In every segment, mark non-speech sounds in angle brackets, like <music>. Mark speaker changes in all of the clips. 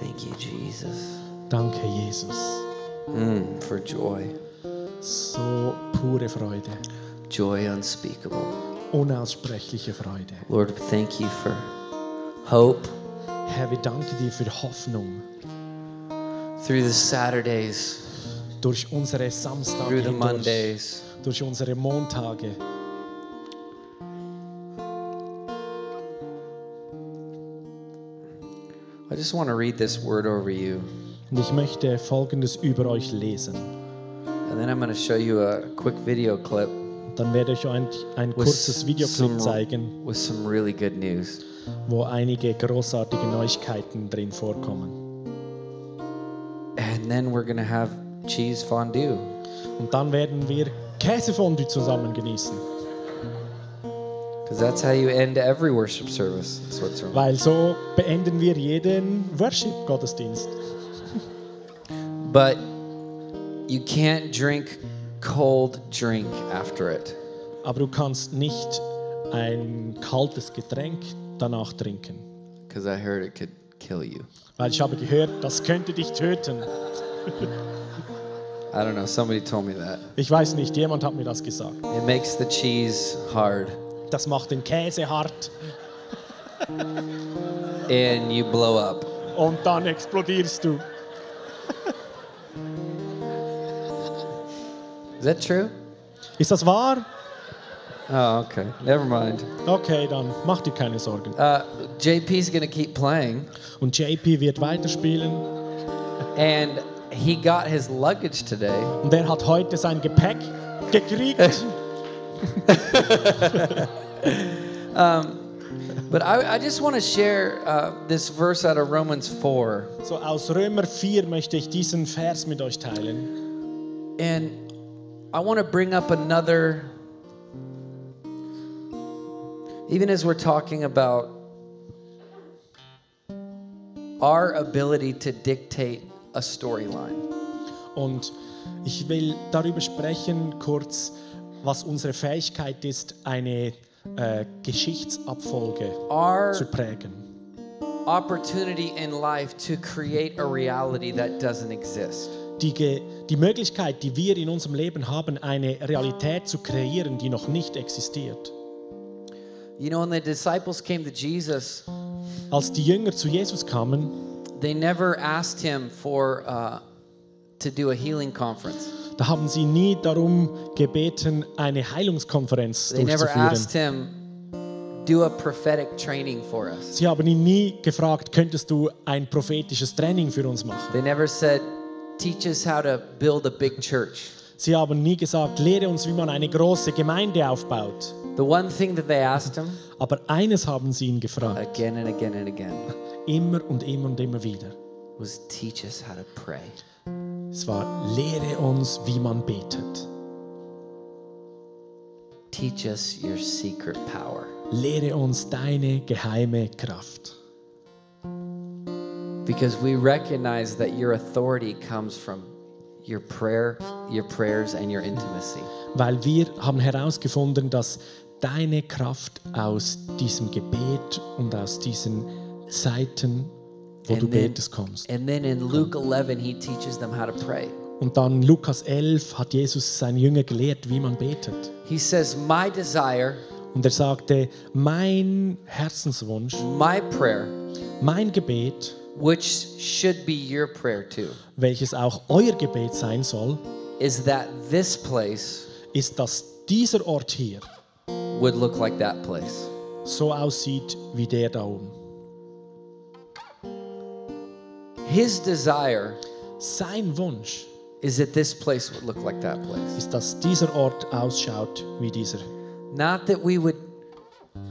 Speaker 1: Thank you, Jesus,
Speaker 2: Danke, Jesus.
Speaker 1: Mm, for joy,
Speaker 2: So pure Freude,
Speaker 1: joy unspeakable.
Speaker 2: unaussprechliche Freude.
Speaker 1: Lord, thank you for hope
Speaker 2: Herr, wir danken dir für Hoffnung
Speaker 1: through the Saturdays,
Speaker 2: durch unsere Samstage,
Speaker 1: through the
Speaker 2: hindurch,
Speaker 1: Mondays,
Speaker 2: durch unsere Montage,
Speaker 1: I just want to read this word over you,
Speaker 2: Und ich möchte Folgendes über euch lesen.
Speaker 1: and then I'm going to show you a quick video clip
Speaker 2: Dann werde ich euch ein, ein
Speaker 1: with
Speaker 2: kurzes Videoclip zeigen,
Speaker 1: with some really good news.
Speaker 2: wo einige großartige Neuigkeiten drin vorkommen.
Speaker 1: And then we're going to have cheese fondue
Speaker 2: Und dann werden wir Käsefondue zusammen genießen,
Speaker 1: because that's how you end every worship service in Switzerland.
Speaker 2: weil so beenden wir jeden Worship-Gottesdienst.
Speaker 1: But you can't drink cold drink after it.
Speaker 2: Aber du kannst nicht ein kaltes Getränk danach trinken,
Speaker 1: because I heard it could kill you.
Speaker 2: weil ich habe gehört, das könnte dich töten.
Speaker 1: I don't know. Somebody told me that.
Speaker 2: Ich weiß nicht, jemand hat mir das gesagt.
Speaker 1: It makes the cheese hard,
Speaker 2: Das macht den Käse hart
Speaker 1: and you blow up.
Speaker 2: und dann explodierst du.
Speaker 1: Is that true?
Speaker 2: Ist das wahr?
Speaker 1: Oh, okay. Never mind.
Speaker 2: Okay, dann mach dir keine Sorgen.
Speaker 1: Uh, JP's gonna keep playing,
Speaker 2: Und JP wird weiterspielen
Speaker 1: and he got his luggage today.
Speaker 2: und er hat heute sein Gepäck gekriegt.
Speaker 1: But I, I just want to share uh, this verse out of Romans 4,
Speaker 2: So aus Römer 4 möchte ich diesen Vers mit euch teilen.
Speaker 1: and I want to bring up another. Even as we're talking about our ability to dictate a storyline.
Speaker 2: Und ich will darüber sprechen kurz, was unsere Fähigkeit ist, eine äh, Geschichtsabfolge
Speaker 1: our
Speaker 2: zu prägen.
Speaker 1: opportunity in life to create a reality that doesn't exist.
Speaker 2: Die, Ge die Möglichkeit, die wir in unserem Leben haben, eine Realität zu kreieren, die noch nicht existiert.
Speaker 1: You know, when the disciples came to Jesus,
Speaker 2: Als die Jünger zu Jesus kamen,
Speaker 1: they never asked him for uh, to do a healing conference.
Speaker 2: da haben sie nie darum gebeten, eine Heilungskonferenz
Speaker 1: They never
Speaker 2: durchzuführen.
Speaker 1: asked him do a prophetic training for us.
Speaker 2: Sie haben ihn nie gefragt, könntest du ein prophetisches Training für uns machen?
Speaker 1: They never said teach us how to build a big church.
Speaker 2: Sie haben nie gesagt, lehre uns, wie man eine große Gemeinde aufbaut.
Speaker 1: The one thing that they asked him
Speaker 2: Aber eines haben sie ihn gefragt,
Speaker 1: again and again and again
Speaker 2: immer und immer und immer wieder.
Speaker 1: was teach us how to pray.
Speaker 2: Es war, lehre uns, wie man betet.
Speaker 1: Teach us your secret power.
Speaker 2: Lehre uns deine geheime Kraft.
Speaker 1: because we recognize that your authority comes from your prayer, your prayers and your intimacy.
Speaker 2: Weil wir haben herausgefunden, dass deine Kraft aus diesem Gebet und aus diesen Zeiten, wo du betest, kommst.
Speaker 1: and then in Luke 11 he teaches them how to pray.
Speaker 2: Und dann Lukas 11 hat Jesus seinen Jünger gelehrt, wie man betet.
Speaker 1: He says, "My desire,
Speaker 2: Und er sagte, mein Herzenswunsch,
Speaker 1: my prayer,
Speaker 2: mein Gebet,
Speaker 1: which should be your prayer too,
Speaker 2: welches auch euer Gebet sein soll,
Speaker 1: is that this place
Speaker 2: ist, dass dieser Ort hier
Speaker 1: would look like that place."
Speaker 2: so aussieht wie der da oben.
Speaker 1: His desire
Speaker 2: Sein Wunsch
Speaker 1: is that this place would look like that place.
Speaker 2: ist, dass dieser Ort ausschaut wie dieser.
Speaker 1: Not that we would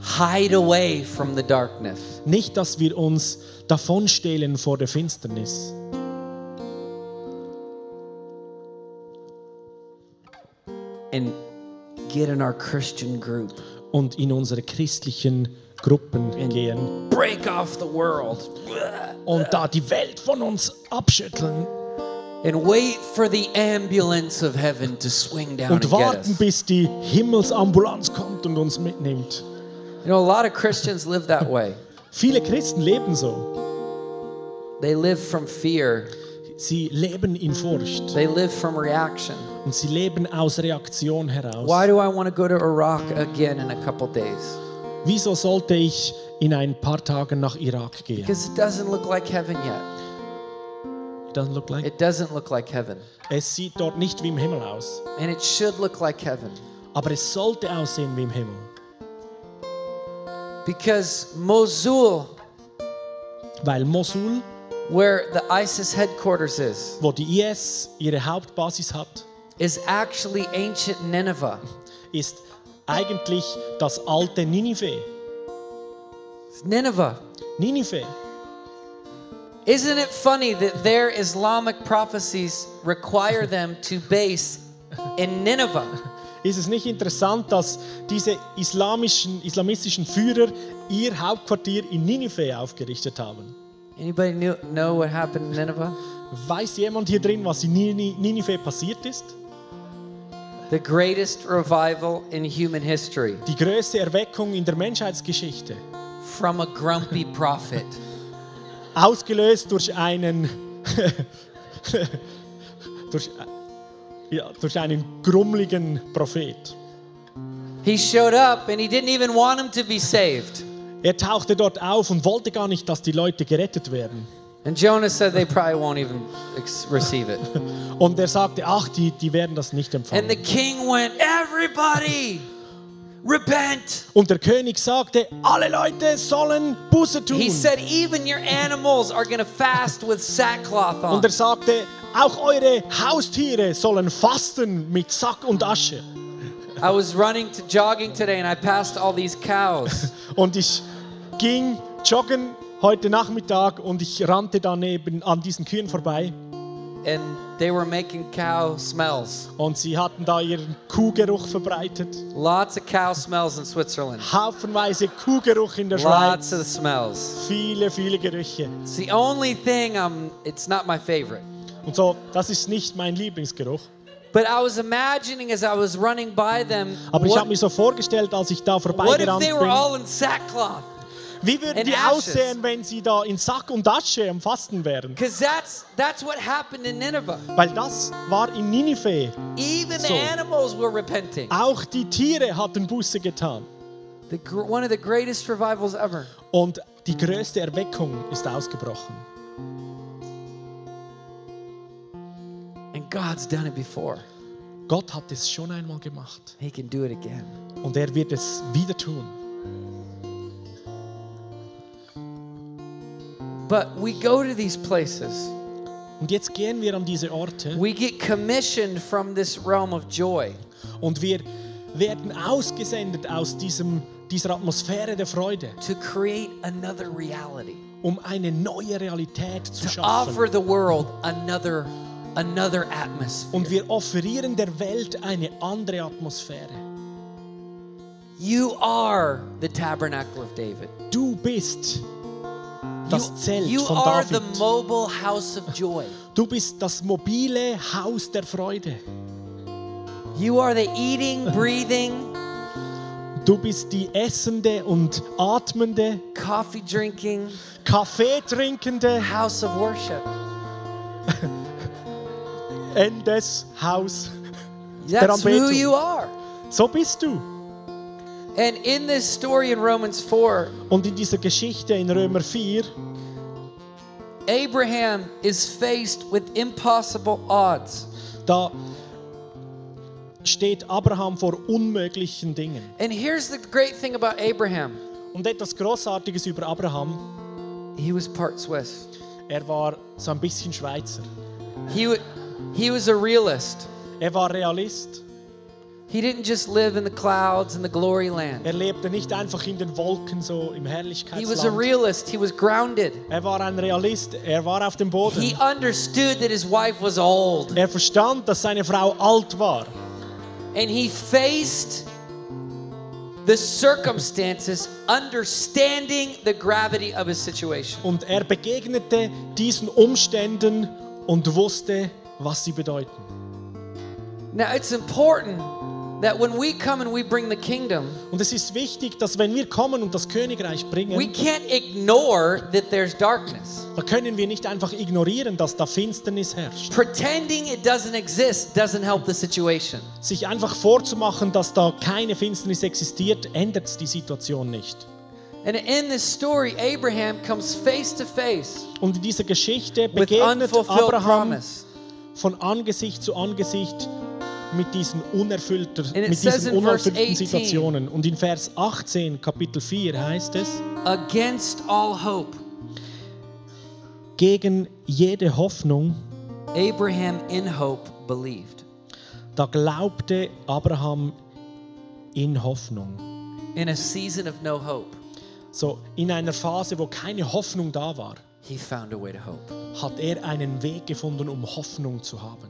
Speaker 1: hide away from the darkness,
Speaker 2: Nicht, dass wir uns davonstehlen vor der Finsternis,
Speaker 1: and get in our Christian group
Speaker 2: und in unsere christlichen Gruppen gehen
Speaker 1: break off the world
Speaker 2: und da die Welt von uns abschütteln
Speaker 1: and wait for the ambulance of heaven to swing down and
Speaker 2: und
Speaker 1: get
Speaker 2: warten,
Speaker 1: us. You
Speaker 2: bis die Himmelsambulanz kommt und uns mitnimmt.
Speaker 1: know, a lot of Christians live that way.
Speaker 2: Viele Christen leben so.
Speaker 1: They live from fear.
Speaker 2: Sie leben in Furcht
Speaker 1: They live from reaction.
Speaker 2: und sie leben aus Reaktion heraus.
Speaker 1: Why do I want to go to Iraq again in a couple days?
Speaker 2: Wieso sollte ich in ein paar Tagen nach Irak gehen?
Speaker 1: Because it doesn't look like heaven yet.
Speaker 2: It doesn't look like.
Speaker 1: It doesn't look like heaven.
Speaker 2: Es sieht dort nicht wie im Himmel aus,
Speaker 1: And it should look like heaven.
Speaker 2: aber es sollte aussehen wie im Himmel.
Speaker 1: Because Mosul,
Speaker 2: Weil Mosul,
Speaker 1: where the ISIS headquarters is,
Speaker 2: wo die IS ihre Hauptbasis hat,
Speaker 1: is actually ancient Nineveh.
Speaker 2: ist eigentlich das alte Ninive.
Speaker 1: It's Nineveh.
Speaker 2: Ninive.
Speaker 1: Isn't it funny that their Islamic prophecies require them to base in Nineveh?
Speaker 2: Ist es nicht interessant, dass diese islamischen, islamistischen Führer ihr Hauptquartier in Ninive aufgerichtet haben?
Speaker 1: Anybody knew, know what happened in Nineveh?
Speaker 2: Weiß jemand hier drin, was in Nini- Ninive passiert ist?
Speaker 1: The greatest revival in human history
Speaker 2: Die größte Erweckung in der Menschheitsgeschichte,
Speaker 1: from a grumpy prophet.
Speaker 2: ausgelöst durch einen <laughs> durch, ja, durch einen grummeligen Prophet.
Speaker 1: He showed up and he didn't even want him to be saved.
Speaker 2: Er tauchte dort auf und wollte gar nicht, dass die Leute gerettet werden.
Speaker 1: And Jonah said they probably won't even ex- receive it.
Speaker 2: Und er sagte, ach, die, die werden das nicht
Speaker 1: And the
Speaker 2: empfangen.
Speaker 1: king went, Everybody, repent.
Speaker 2: Und der König sagte, alle Leute sollen Buße tun.
Speaker 1: He said, Even your animals are going to fast with sackcloth on.
Speaker 2: Und er sagte, auch eure Haustiere sollen fasten mit Sack und Asche.
Speaker 1: I was running to jogging today and I passed all these cows.
Speaker 2: Und ich ging joggen heute Nachmittag und ich rannte daneben an diesen Kühen vorbei
Speaker 1: and they were making cow smells.
Speaker 2: und sie hatten da ihren Kuhgeruch verbreitet.
Speaker 1: Lots of cow smells in Switzerland.
Speaker 2: Haufenweise Kuhgeruch in der Schweiz.
Speaker 1: Lots of smells.
Speaker 2: Viele, viele Gerüche.
Speaker 1: It's the only thing I'm, it's not my favorite.
Speaker 2: Und so, das ist nicht mein Lieblingsgeruch.
Speaker 1: But I was imagining as I was running by them,
Speaker 2: Aber ich habe
Speaker 1: what,
Speaker 2: mir so vorgestellt, als ich da
Speaker 1: what if
Speaker 2: vorbeigerannt
Speaker 1: they were
Speaker 2: bin,
Speaker 1: all in sackcloth?
Speaker 2: wie würden
Speaker 1: in
Speaker 2: die
Speaker 1: ashes?
Speaker 2: aussehen, wenn sie da in Sack und Asche am Fasten wären?
Speaker 1: Because that's, that's what happened in Nineveh.
Speaker 2: Weil das war in Ninive.
Speaker 1: Even
Speaker 2: So.
Speaker 1: the animals were repenting.
Speaker 2: Auch die Tiere hatten Buße getan.
Speaker 1: The, gr- one of the greatest revivals ever.
Speaker 2: Und die größte Erweckung ist ausgebrochen.
Speaker 1: And God's done it before.
Speaker 2: Gott hat es schon einmal gemacht
Speaker 1: He can do it again.
Speaker 2: und er wird es wieder tun.
Speaker 1: But we go to these places.
Speaker 2: Und jetzt gehen wir an diese Orte
Speaker 1: We get commissioned from this realm of joy.
Speaker 2: und wir werden ausgesendet aus diesem, dieser Atmosphäre der Freude,
Speaker 1: to create another reality
Speaker 2: um eine neue Realität zu
Speaker 1: to offer
Speaker 2: schaffen.
Speaker 1: the world another another atmosphere
Speaker 2: Und wir offerieren der Welt eine andere Atmosphäre.
Speaker 1: you are the tabernacle of david
Speaker 2: Du bist
Speaker 1: you,
Speaker 2: das Zelt
Speaker 1: you
Speaker 2: von
Speaker 1: are the
Speaker 2: David.
Speaker 1: mobile house of joy
Speaker 2: Du bist das mobile Haus der Freude.
Speaker 1: you are the eating breathing
Speaker 2: Du bist die essende und atmende,
Speaker 1: coffee drinking
Speaker 2: Kaffee trinkende
Speaker 1: house of worship
Speaker 2: Endes Haus.
Speaker 1: that's who
Speaker 2: Anbetung.
Speaker 1: you are
Speaker 2: So bist du.
Speaker 1: and in this story in romans 4
Speaker 2: Und in dieser Geschichte in Römer 4
Speaker 1: abraham is faced with impossible odds
Speaker 2: Da steht Abraham vor unmöglichen Dingen.
Speaker 1: and here's the great thing about abraham
Speaker 2: Und etwas Großartiges über Abraham,
Speaker 1: he was part swiss
Speaker 2: er war so ein bisschen Schweizer.
Speaker 1: He, wa- he was a realist.
Speaker 2: Er war Realist.
Speaker 1: He didn't just live in the clouds and the glory land.
Speaker 2: Er lebte nicht einfach in den Wolken, so
Speaker 1: He
Speaker 2: im
Speaker 1: was a
Speaker 2: Herrlichkeitsland.
Speaker 1: realist. He was grounded.
Speaker 2: Er war ein Realist, er war auf dem
Speaker 1: He
Speaker 2: Boden.
Speaker 1: understood that his wife was old.
Speaker 2: Er verstand, dass seine Frau alt war.
Speaker 1: And he faced the circumstances, understanding the gravity of his situation.
Speaker 2: Und er begegnete diesen Umständen und wusste, was sie bedeuten.
Speaker 1: Now, it's important that when we come and we bring the kingdom,
Speaker 2: Und es ist wichtig, dass wenn wir kommen und das Königreich
Speaker 1: we
Speaker 2: bringen,
Speaker 1: can't ignore that there's darkness.
Speaker 2: Da können wir nicht einfach ignorieren, dass da Finsternis herrscht.
Speaker 1: Pretending it doesn't exist doesn't help the situation.
Speaker 2: Sich einfach vorzumachen, dass da keine Finsternis existiert, ändert die Situation nicht.
Speaker 1: And in this story, Abraham comes face to face
Speaker 2: Und in dieser Geschichte
Speaker 1: with
Speaker 2: begegnet
Speaker 1: unfulfilled
Speaker 2: Abraham
Speaker 1: promise.
Speaker 2: von Angesicht zu Angesicht mit diesen unerfüllten,
Speaker 1: it
Speaker 2: mit
Speaker 1: says
Speaker 2: diesen
Speaker 1: in verse
Speaker 2: unerfüllten
Speaker 1: 18,
Speaker 2: Situationen. Und in Vers 18, Kapitel 4 heißt es,
Speaker 1: Against all hope,
Speaker 2: gegen jede Hoffnung,
Speaker 1: Abraham in hope believed.
Speaker 2: da glaubte Abraham in Hoffnung.
Speaker 1: In a season of no hope,
Speaker 2: So in einer Phase, wo keine Hoffnung da war,
Speaker 1: he found a way to hope.
Speaker 2: hat er einen Weg gefunden, um Hoffnung zu haben.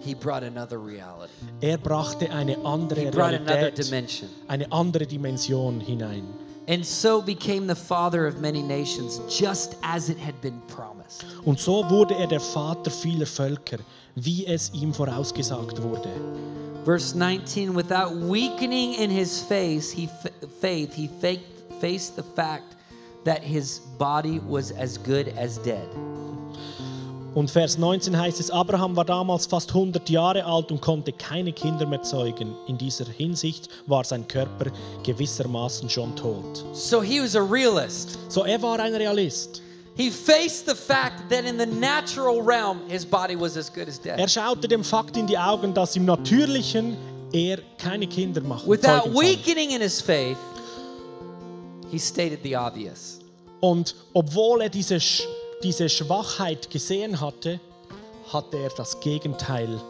Speaker 1: He brought another reality.
Speaker 2: Er brachte eine
Speaker 1: He
Speaker 2: andere
Speaker 1: brought another
Speaker 2: Realität,
Speaker 1: dimension.
Speaker 2: eine andere Dimension hinein.
Speaker 1: And so became the father of many nations, just as it had been promised.
Speaker 2: Und so wurde er der Vater vieler Völker, wie es ihm vorausgesagt wurde.
Speaker 1: Verse 19 Without weakening in his face, he f- faith, he faked, faced the fact that his body was as good as dead.
Speaker 2: Und Vers 19 heißt es, Abraham war damals fast 100 Jahre alt und konnte keine Kinder mehr zeugen. In dieser Hinsicht war sein Körper gewissermaßen schon tot.
Speaker 1: So he was a realist.
Speaker 2: So er war ein Realist.
Speaker 1: He faced the fact that in the natural realm, his body was as good as
Speaker 2: Er
Speaker 1: dead.
Speaker 2: schaute dem Fakt in die Augen, dass im Natürlichen er keine Kinder machen
Speaker 1: Without
Speaker 2: zeugen kann.
Speaker 1: weakening in his faith, he stated the obvious.
Speaker 2: Und obwohl er diese, Sch diese Schwachheit gesehen hatte, hatte er das Gegenteil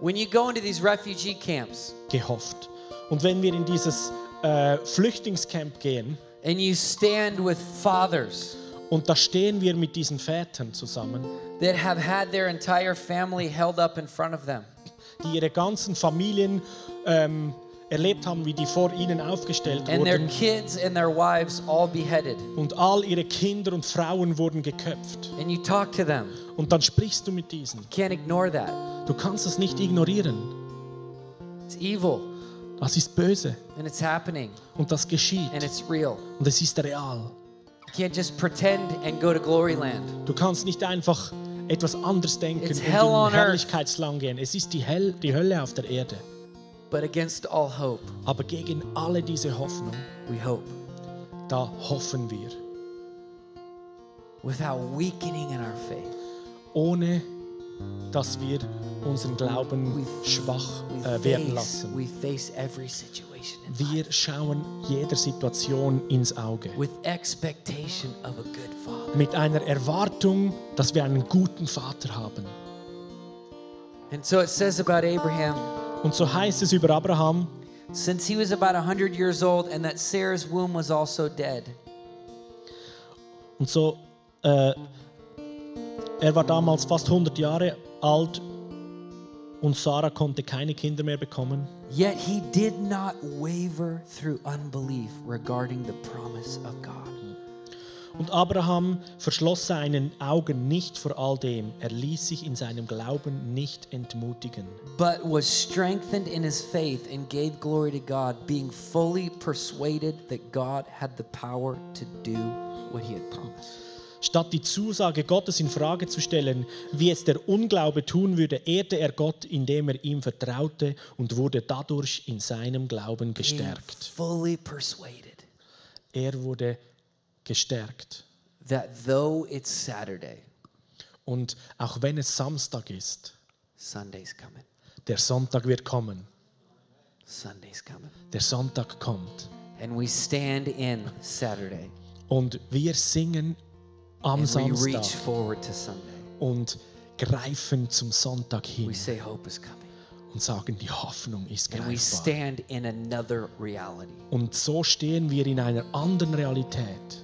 Speaker 1: When you go into these refugee camps
Speaker 2: gehofft. Und wenn wir in dieses äh, Flüchtlingscamp gehen
Speaker 1: and you stand with fathers
Speaker 2: und da stehen wir mit diesen Vätern zusammen,
Speaker 1: that have had their entire family held up in front of them,
Speaker 2: die ihre ganzen Familien ähm, erlebt haben, wie die vor ihnen aufgestellt
Speaker 1: and their
Speaker 2: wurden
Speaker 1: kids and their wives all beheaded,
Speaker 2: und all ihre Kinder und Frauen wurden geköpft.
Speaker 1: and you talk to them,
Speaker 2: Und dann sprichst du mit diesen.
Speaker 1: can't ignore that.
Speaker 2: Du kannst es nicht ignorieren.
Speaker 1: It's evil,
Speaker 2: Das ist böse
Speaker 1: and it's happening,
Speaker 2: und das geschieht
Speaker 1: and it's real.
Speaker 2: und es ist real.
Speaker 1: You can't just pretend and go to glory land.
Speaker 2: Du kannst nicht einfach etwas anderes denken
Speaker 1: It's
Speaker 2: und
Speaker 1: hell
Speaker 2: in
Speaker 1: on
Speaker 2: den
Speaker 1: earth.
Speaker 2: Herrlichkeitsland gehen. Es ist die, Hell, die Hölle auf der Erde.
Speaker 1: But against all hope,
Speaker 2: Aber gegen alle diese Hoffnung,
Speaker 1: we hope.
Speaker 2: da hoffen wir.
Speaker 1: Without weakening in our faith,
Speaker 2: Ohne dass wir unseren Glauben
Speaker 1: We-
Speaker 2: schwach
Speaker 1: we
Speaker 2: äh, werden
Speaker 1: face,
Speaker 2: lassen.
Speaker 1: we face every situation in life
Speaker 2: Wir schauen jeder Situation ins Auge.
Speaker 1: with expectation of a good Father.
Speaker 2: Mit einer Erwartung, dass wir einen guten Vater haben.
Speaker 1: And so it says about Abraham,
Speaker 2: Und so heißt es über Abraham,
Speaker 1: since he was about 100 years old and that Sarah's womb was also dead,
Speaker 2: Und so, äh, er war damals fast 100 Jahre alt und Sarah konnte keine Kinder mehr bekommen.
Speaker 1: Yet he did not waver through unbelief regarding the promise of God.
Speaker 2: Und Abraham verschloss seinen Augen nicht vor all dem. Er ließ sich in seinem Glauben nicht entmutigen,
Speaker 1: But was strengthened in his faith and gave glory to God, being fully persuaded that God had the power to do what he had promised.
Speaker 2: Statt die Zusage Gottes in Frage zu stellen, wie es der Unglaube tun würde, ehrte er Gott, indem er ihm vertraute und wurde dadurch in seinem Glauben
Speaker 1: Being
Speaker 2: gestärkt.
Speaker 1: fully persuaded
Speaker 2: Er wurde gestärkt.
Speaker 1: that though it's Saturday,
Speaker 2: Und auch wenn es Samstag ist,
Speaker 1: Sunday's coming.
Speaker 2: Der Sonntag wird kommen.
Speaker 1: Sunday's coming.
Speaker 2: Der Sonntag kommt.
Speaker 1: And we stand in Saturday
Speaker 2: Und wir singen
Speaker 1: and
Speaker 2: am
Speaker 1: we
Speaker 2: Samstag
Speaker 1: reach forward to Sunday.
Speaker 2: und greifen zum Sonntag
Speaker 1: We
Speaker 2: hin
Speaker 1: say hope is coming.
Speaker 2: und sagen, die Hoffnung ist
Speaker 1: And we
Speaker 2: greifbar.
Speaker 1: stand in another reality.
Speaker 2: Und so stehen wir in einer anderen Realität.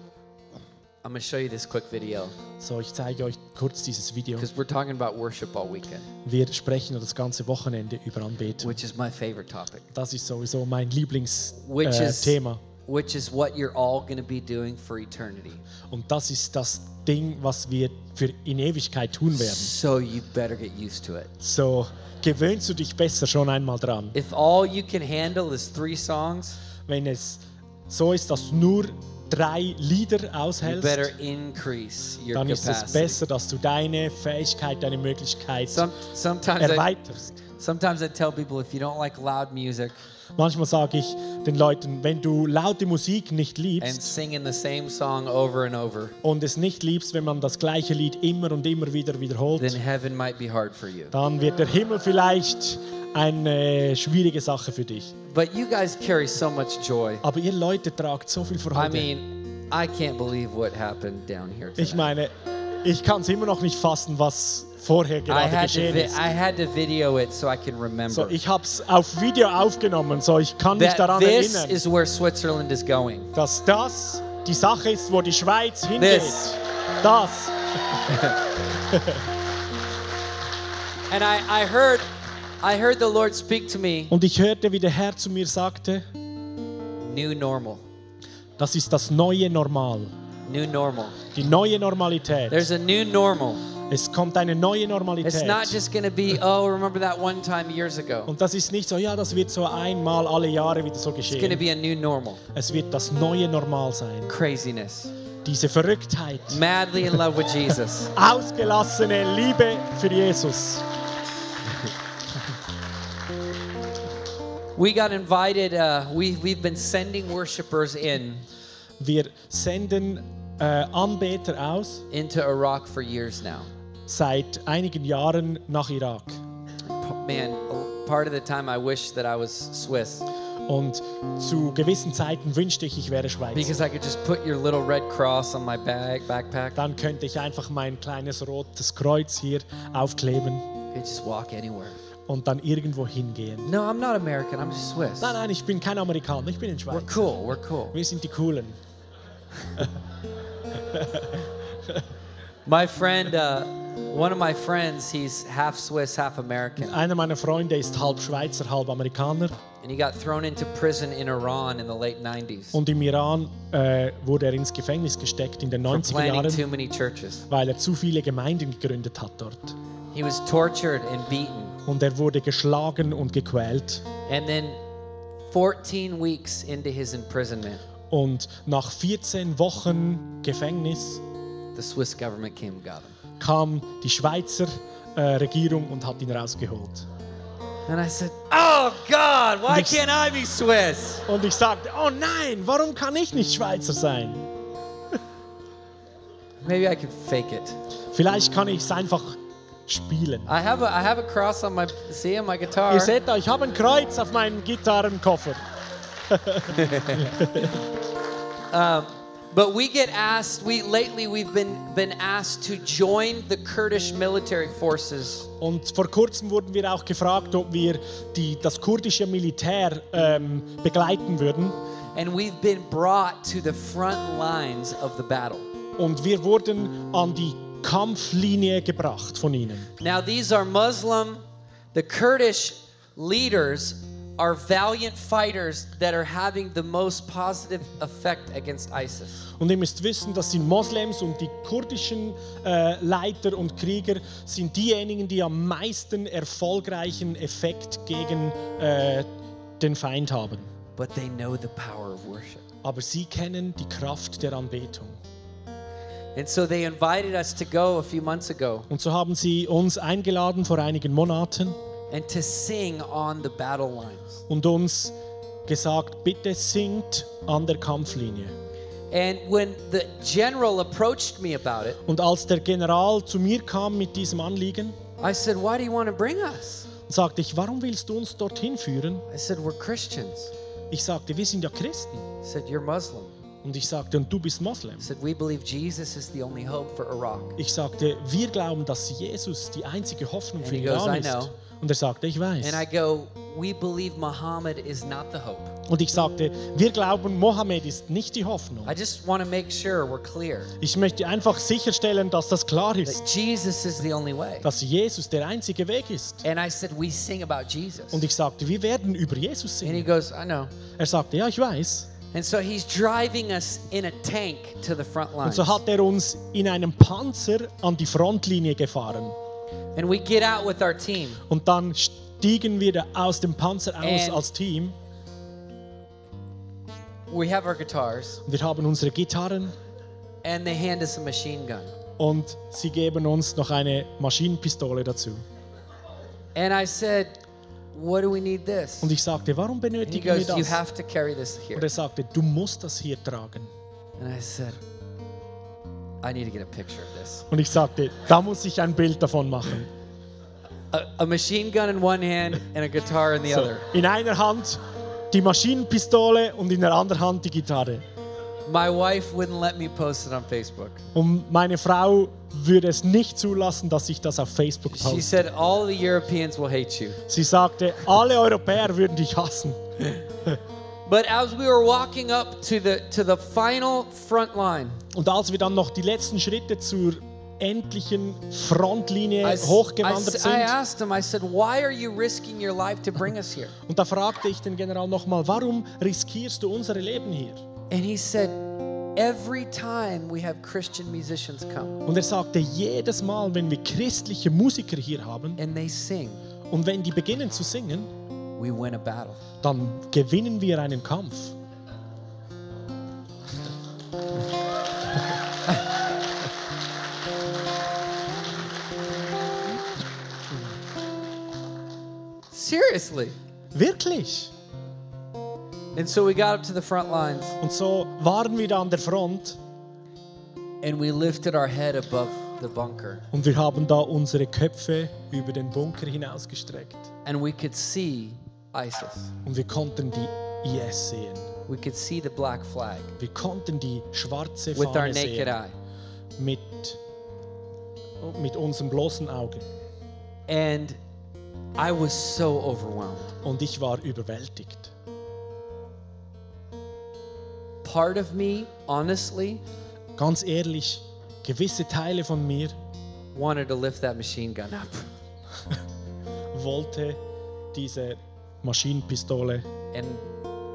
Speaker 1: I'm going to show you this quick video
Speaker 2: So, ich zeige euch kurz dieses Video.
Speaker 1: because we're talking about worship all weekend,
Speaker 2: Wir sprechen das ganze Wochenende über Anbetung.
Speaker 1: which is my favorite topic.
Speaker 2: Das ist sowieso mein Lieblingsthema.
Speaker 1: Which
Speaker 2: Äh,
Speaker 1: is
Speaker 2: Thema.
Speaker 1: Which is what you're all going to be doing for eternity.
Speaker 2: und das ist das Ding, was wir für in Ewigkeit tun werden.
Speaker 1: So you better get used to it.
Speaker 2: So, gewöhnst du dich besser schon einmal dran.
Speaker 1: If all you can handle is three songs,
Speaker 2: wenn es so ist, dass nur drei Lieder
Speaker 1: you
Speaker 2: aushältst,
Speaker 1: better increase your
Speaker 2: dann ist es
Speaker 1: capacity.
Speaker 2: besser, dass du deine Fähigkeit, deine Möglichkeit
Speaker 1: Some, sometimes, I,
Speaker 2: erweiterst.
Speaker 1: sometimes I tell people if you don't like loud music
Speaker 2: Manchmal sage ich den Leuten, wenn du laute Musik nicht
Speaker 1: and
Speaker 2: liebst
Speaker 1: singing the same song over and over,
Speaker 2: und es nicht liebst, wenn man das gleiche Lied immer und immer wieder
Speaker 1: then
Speaker 2: wiederholt,
Speaker 1: heaven might be hard for you.
Speaker 2: dann wird der Himmel vielleicht eine schwierige Sache für dich.
Speaker 1: But you guys carry so much joy.
Speaker 2: Aber ihr Leute tragt so viel
Speaker 1: I
Speaker 2: Freude.
Speaker 1: mean, I can't believe what happened down here.
Speaker 2: Ich
Speaker 1: tonight.
Speaker 2: meine, ich kann es immer noch nicht fassen, was vorher
Speaker 1: I
Speaker 2: gerade
Speaker 1: had, to
Speaker 2: geschehen
Speaker 1: vi-
Speaker 2: ist.
Speaker 1: I had to video it so I can remember.
Speaker 2: So, ich habe es auf Video aufgenommen, so ich kann mich
Speaker 1: that
Speaker 2: daran
Speaker 1: this
Speaker 2: erinnern,
Speaker 1: is where Switzerland is going.
Speaker 2: dass das die Sache ist, wo die Schweiz hingeht.
Speaker 1: This.
Speaker 2: Das.
Speaker 1: And I, I heard I heard the Lord speak to me,
Speaker 2: Und ich hörte, wie der Herr zu mir sagte,
Speaker 1: new normal.
Speaker 2: das ist das neue Normal,
Speaker 1: New normal.
Speaker 2: die neue Normalität.
Speaker 1: There's a new normal.
Speaker 2: Es kommt eine neue
Speaker 1: It's
Speaker 2: Normalität.
Speaker 1: not just going to be, oh, remember that one time years ago.
Speaker 2: Und das ist nicht so, ja, das wird so einmal alle Jahre wieder so
Speaker 1: It's going to
Speaker 2: geschehen.
Speaker 1: be a new normal.
Speaker 2: Es wird das neue Normal sein.
Speaker 1: Craziness.
Speaker 2: Diese Verrücktheit.
Speaker 1: Madly in love with Jesus.
Speaker 2: Ausgelassene Liebe für Jesus.
Speaker 1: We got invited, uh, we, we've been sending worshipers in
Speaker 2: Wir senden äh, Anbeter aus
Speaker 1: into Iraq for years now.
Speaker 2: seit einigen Jahren nach Irak.
Speaker 1: Man, a- part of the time I wish that I was Swiss
Speaker 2: Und zu gewissen Zeiten wünschte ich, ich wäre Schweizer.
Speaker 1: because I could just put your little red cross on my bag, backpack.
Speaker 2: Dann könnte ich einfach mein kleines rotes Kreuz hier aufkleben
Speaker 1: I could just walk anywhere.
Speaker 2: und dann irgendwo hingehen.
Speaker 1: No, I'm not American. I'm just Swiss.
Speaker 2: Nein, nein, ich bin kein Amerikaner, ich bin ein
Speaker 1: We're
Speaker 2: Schweizer.
Speaker 1: cool. We're cool.
Speaker 2: Wir sind die Coolen.
Speaker 1: My friend, uh, one of my friends, he's half Swiss, half American,
Speaker 2: Einer meiner Freunde ist halb Schweizer, halb Amerikaner
Speaker 1: and he got thrown into prison in Iran in the late 90s
Speaker 2: und im Iran äh, wurde er ins Gefängnis gesteckt in den
Speaker 1: for
Speaker 2: 90er
Speaker 1: planning
Speaker 2: Jahren,
Speaker 1: too many churches.
Speaker 2: weil er zu viele Gemeinden gegründet hat dort.
Speaker 1: He was tortured and beaten,
Speaker 2: Und er wurde geschlagen und gequält.
Speaker 1: and then 14 weeks into his imprisonment,
Speaker 2: Und nach 14 Wochen Gefängnis
Speaker 1: the Swiss government came and got him.
Speaker 2: kam die Schweizer äh, Regierung und hat ihn rausgeholt.
Speaker 1: And I said, "Oh God, why
Speaker 2: Next-
Speaker 1: can't I be Swiss?"
Speaker 2: Und ich sagte, oh nein, warum kann ich nicht Schweizer sein?
Speaker 1: Maybe I could fake it.
Speaker 2: Vielleicht kann ich es einfach spielen.
Speaker 1: I have a I have a cross on my see on my guitar.
Speaker 2: Ihr seht da, ich habe ein Kreuz auf meinem Gitarrenkoffer.
Speaker 1: But we get asked, we lately we've been been asked to join the Kurdish military forces
Speaker 2: Und vor kurzem wurden wir auch gefragt, ob wir die, das kurdische Militär ähm, begleiten würden.
Speaker 1: and we've been brought to the front lines of the battle.
Speaker 2: Und wir wurden an die Kampflinie gebracht von ihnen.
Speaker 1: Now these are Muslim, the Kurdish leaders are valiant fighters that are having the most positive effect against ISIS.
Speaker 2: Und ihr müsst wissen, das sind Moslems und die kurdischen äh, Leiter und Krieger sind diejenigen, die am meisten erfolgreichen Effekt gegen äh, den Feind haben.
Speaker 1: But they know the power of worship.
Speaker 2: Aber sie kennen die Kraft der Anbetung.
Speaker 1: And so they invited us to go a few months ago
Speaker 2: Und so haben sie uns eingeladen vor einigen Monaten
Speaker 1: and to sing on the battle lines.
Speaker 2: und uns gesagt, bitte singt an der Kampflinie.
Speaker 1: And when the general approached me about it,
Speaker 2: Und als der General zu mir kam mit diesem Anliegen,
Speaker 1: I said, Why do you want to bring us?
Speaker 2: sagte ich, warum willst du uns dorthin führen?
Speaker 1: I said, We're Christians.
Speaker 2: Ich sagte, wir sind ja Christen.
Speaker 1: He said, You're Muslim.
Speaker 2: Und ich sagte, und du bist Moslem.
Speaker 1: I said, We believe Jesus is the only hope for Iraq.
Speaker 2: Ich sagte, wir glauben, dass Jesus die einzige Hoffnung für
Speaker 1: And he
Speaker 2: Iran
Speaker 1: goes, "I
Speaker 2: ist.
Speaker 1: know."
Speaker 2: Und er sagte, ich
Speaker 1: And I
Speaker 2: weiß.
Speaker 1: go, We believe Muhammad is not the hope.
Speaker 2: Und ich sagte, wir glauben, Mohammed ist nicht die Hoffnung.
Speaker 1: I just want to make sure we're clear
Speaker 2: Ich möchte einfach sicherstellen, dass das klar
Speaker 1: that
Speaker 2: ist,
Speaker 1: Jesus is the only way.
Speaker 2: dass Jesus der einzige Weg ist.
Speaker 1: And I said, We sing about Jesus.
Speaker 2: Und
Speaker 1: And
Speaker 2: ich sagte, wir werden über Jesus
Speaker 1: he
Speaker 2: singen.
Speaker 1: goes, I know.
Speaker 2: Er sagte, ja, ich weiß.
Speaker 1: And so he's driving us in a tank to the front
Speaker 2: Und
Speaker 1: lines.
Speaker 2: so hat er uns in einem Panzer an die Frontlinie gefahren.
Speaker 1: And we get out with our team.
Speaker 2: Und dann stiegen wir da aus dem Panzer aus
Speaker 1: And-
Speaker 2: als Team.
Speaker 3: We have our guitars,
Speaker 2: Wir haben unsere Gitarren
Speaker 1: and they hand us a machine gun.
Speaker 2: und sie geben uns noch eine Maschinenpistole dazu.
Speaker 1: And I said, What do we need this?
Speaker 2: Und
Speaker 1: And
Speaker 2: ich sagte, warum
Speaker 1: he
Speaker 2: benötigen wir
Speaker 1: goes, You
Speaker 2: das?
Speaker 3: have-
Speaker 1: have to carry this here.
Speaker 2: Und er sagte, du musst das hier tragen.
Speaker 1: And I said, I need to get a picture of this.
Speaker 2: Und ich sagte, da muss ich ein Bild davon machen.
Speaker 1: A, a machine gun in one hand and a guitar in the
Speaker 2: So,
Speaker 1: other.
Speaker 2: in einer Hand die Maschinenpistole und in der anderen Hand die Gitarre.
Speaker 1: My wife wouldn't let me post it on Facebook.
Speaker 2: Und meine Frau würde es nicht zulassen, dass ich das auf Facebook
Speaker 1: She
Speaker 2: poste.
Speaker 1: said, All the Europeans will hate you.
Speaker 2: Sie sagte, alle Europäer würden dich hassen.
Speaker 1: But as we were walking up to the to the final front line,
Speaker 2: Und als wir dann noch die letzten Schritte zur endlichen Frontlinie
Speaker 1: I, s-
Speaker 2: oh,
Speaker 1: I
Speaker 2: hochgewandert
Speaker 1: s- I
Speaker 2: sind,
Speaker 1: asked him, I said, Why are you risking your life to bring us here?
Speaker 2: und da fragte ich den General nochmal, warum riskierst du unsere Leben hier?
Speaker 1: And he said, Every time we have Christian musicians come
Speaker 2: Und er sagte, jedes Mal, wenn wir christliche Musiker hier haben
Speaker 1: and they sing,
Speaker 2: und wenn die beginnen zu singen,
Speaker 1: we win a battle.
Speaker 2: dann gewinnen wir einen Kampf.
Speaker 1: Seriously.
Speaker 2: Wirklich?
Speaker 1: And so we got up to the front lines
Speaker 2: Und so waren wir da an der Front
Speaker 1: and we lifted our head above the bunker
Speaker 2: und wir haben da unsere Köpfe über den Bunker hinausgestreckt
Speaker 1: and we could see ISIS.
Speaker 2: und wir konnten die IS sehen.
Speaker 1: We could see the black flag
Speaker 2: Wir konnten die schwarze
Speaker 1: with our
Speaker 2: Fahne
Speaker 1: naked
Speaker 2: sehen
Speaker 1: eye.
Speaker 2: mit, mit unserem bloßen Auge.
Speaker 1: And I was so overwhelmed.
Speaker 2: Und ich war überwältigt.
Speaker 1: Part of me, honestly,
Speaker 2: Ganz ehrlich, gewisse Teile von mir
Speaker 1: wanted to lift that machine gun up.
Speaker 2: wollte diese Maschinenpistole,
Speaker 1: and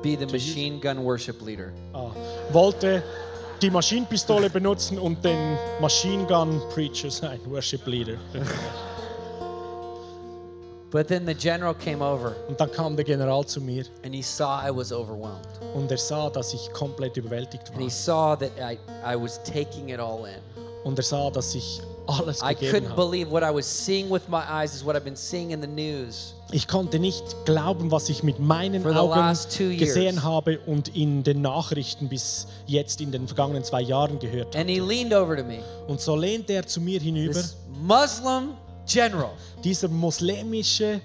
Speaker 1: be the machine gun worship leader.
Speaker 2: ah, wollte die Maschinenpistole benutzen und den Machine Gun Preacher <laughs> sein, Worship Leader.
Speaker 1: But then the general came over
Speaker 2: Und dann kam der General zu mir
Speaker 1: and he saw I was overwhelmed.
Speaker 2: und er sah, dass ich komplett überwältigt
Speaker 1: And he
Speaker 2: war.
Speaker 1: saw that I, I was taking it all in.
Speaker 2: Und er sah, dass ich alles
Speaker 1: I
Speaker 2: gegeben
Speaker 1: couldn't
Speaker 2: habe.
Speaker 1: believe what I was seeing with my eyes is what I've been seeing in the news.
Speaker 2: Ich konnte nicht glauben, was ich mit meinen
Speaker 1: For the
Speaker 2: Augen
Speaker 1: last two years.
Speaker 2: gesehen habe und in den Nachrichten bis jetzt in den vergangenen zwei Jahren gehört habe.
Speaker 1: And he leaned over to me,
Speaker 2: Und so lehnte er zu mir hinüber,
Speaker 1: this Muslim general.
Speaker 2: dieser muslimische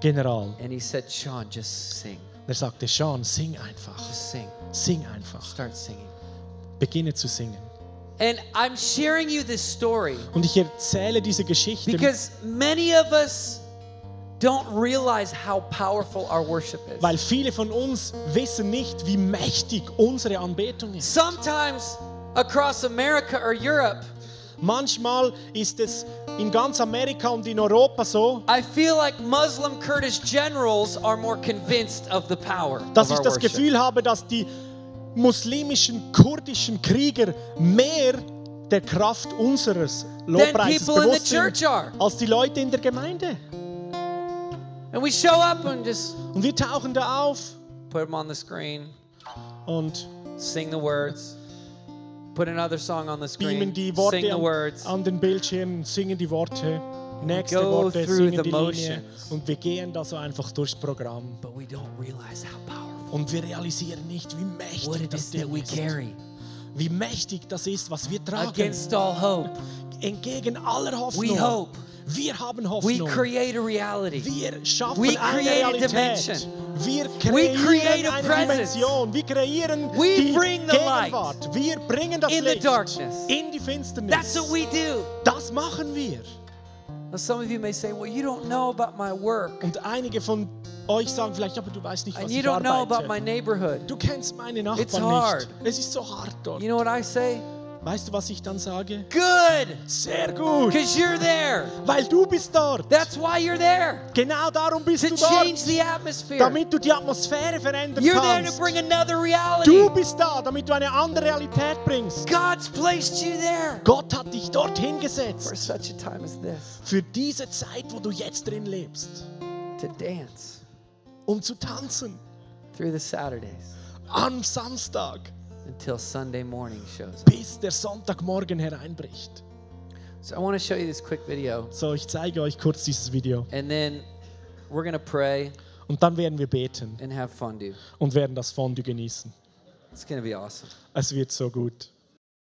Speaker 2: General.
Speaker 1: And he said, Sean, just sing.
Speaker 2: Er sagte, Sean, sing einfach,
Speaker 1: Just sing.
Speaker 2: sing einfach,
Speaker 1: Start singing.
Speaker 2: beginne zu singen.
Speaker 1: And I'm sharing you this story
Speaker 2: Und ich erzähle diese Geschichte,
Speaker 1: because many of us don't realize how powerful our worship is.
Speaker 2: weil viele von uns wissen nicht, wie mächtig unsere Anbetung ist.
Speaker 1: Sometimes across America or Europe,
Speaker 2: Manchmal ist es in ganz Amerika und in Europa so,
Speaker 1: I feel like Muslim Kurdish generals are more convinced of the power.
Speaker 2: dass
Speaker 1: of
Speaker 2: ich
Speaker 1: our
Speaker 2: das
Speaker 1: worship.
Speaker 2: Gefühl habe, dass die muslimischen, kurdischen Krieger mehr der Kraft unseres Lobpreises
Speaker 1: people in the
Speaker 2: bewusst sind,
Speaker 1: church are.
Speaker 2: als die Leute in der Gemeinde.
Speaker 1: And we show up and just
Speaker 2: Und wir tauchen da auf
Speaker 1: put them on the screen,
Speaker 2: und
Speaker 1: sing the words, put another song on the screen,
Speaker 2: beamen die
Speaker 1: sing
Speaker 2: Worte
Speaker 1: the
Speaker 2: an,
Speaker 1: words.
Speaker 2: an den Bildschirm, singen die Worte, nächste
Speaker 1: go
Speaker 2: Worte,
Speaker 1: through
Speaker 2: singen
Speaker 1: the
Speaker 2: die Linie
Speaker 1: motions.
Speaker 2: und wir gehen da so einfach durchs Programm
Speaker 1: But we don't realize how powerful
Speaker 2: und wir realisieren nicht, wie
Speaker 1: what
Speaker 2: mächtig
Speaker 1: it
Speaker 2: das
Speaker 1: is that
Speaker 2: Ding
Speaker 1: we
Speaker 2: ist,
Speaker 1: carry
Speaker 2: wie mächtig das ist, was wir tragen,
Speaker 1: against all hope.
Speaker 2: entgegen aller Hoffnung.
Speaker 1: We hope.
Speaker 2: Wir haben
Speaker 1: We
Speaker 2: Hoffnung.
Speaker 1: create a reality.
Speaker 2: Wir schaffen
Speaker 1: We
Speaker 2: eine
Speaker 1: create a
Speaker 2: Realität.
Speaker 1: dimension.
Speaker 2: Wir
Speaker 1: We create
Speaker 2: kreieren
Speaker 1: a
Speaker 2: eine
Speaker 1: presence.
Speaker 2: Dimension. Wir kreieren
Speaker 1: We
Speaker 2: die
Speaker 1: bring the light
Speaker 2: Gegenwart. Wir bringen das
Speaker 1: in the
Speaker 2: Licht
Speaker 1: darkness.
Speaker 2: in die Finsternis.
Speaker 1: That's what we do.
Speaker 2: das machen wir.
Speaker 1: Now, some of you may say, well, you don't know about my work,
Speaker 2: Und einige von euch sagen vielleicht, aber du weißt nicht, was
Speaker 1: and you
Speaker 2: ich
Speaker 1: don't know about
Speaker 2: arbeite.
Speaker 1: my neighborhood.
Speaker 2: du kennst meine Nachbarn
Speaker 1: hard.
Speaker 2: nicht. Es ist so hart dort.
Speaker 1: You know what I say?
Speaker 2: weißt du, was ich dann sage?
Speaker 1: Good,
Speaker 2: Sehr gut,
Speaker 1: because you're there.
Speaker 2: weil du bist dort.
Speaker 1: That's why you're there,
Speaker 2: genau darum bist
Speaker 1: to
Speaker 2: du dort,
Speaker 1: change the atmosphere.
Speaker 2: damit du die Atmosphäre verändern
Speaker 1: You're there to
Speaker 2: kannst.
Speaker 1: bring another
Speaker 2: Du
Speaker 1: reality.
Speaker 2: bist da, damit du eine andere Realität bringst.
Speaker 1: God's placed you there
Speaker 2: Gott hat dich dorthin
Speaker 1: for
Speaker 2: gesetzt.
Speaker 1: such a time as this
Speaker 2: Für diese Zeit, wo du jetzt drin lebst.
Speaker 1: to dance
Speaker 2: Um zu tanzen.
Speaker 1: through the Saturdays,
Speaker 2: am Samstag,
Speaker 1: until Sunday morning shows up.
Speaker 2: bis der Sonntagmorgen hereinbricht.
Speaker 1: So I want to show you this quick video,
Speaker 2: So, ich zeige euch kurz dieses Video
Speaker 1: and then we're going to pray
Speaker 2: und dann werden wir beten
Speaker 1: and have fun, dude.
Speaker 2: und werden das Fondue genießen.
Speaker 1: It's going to be awesome.
Speaker 2: Es wird so gut.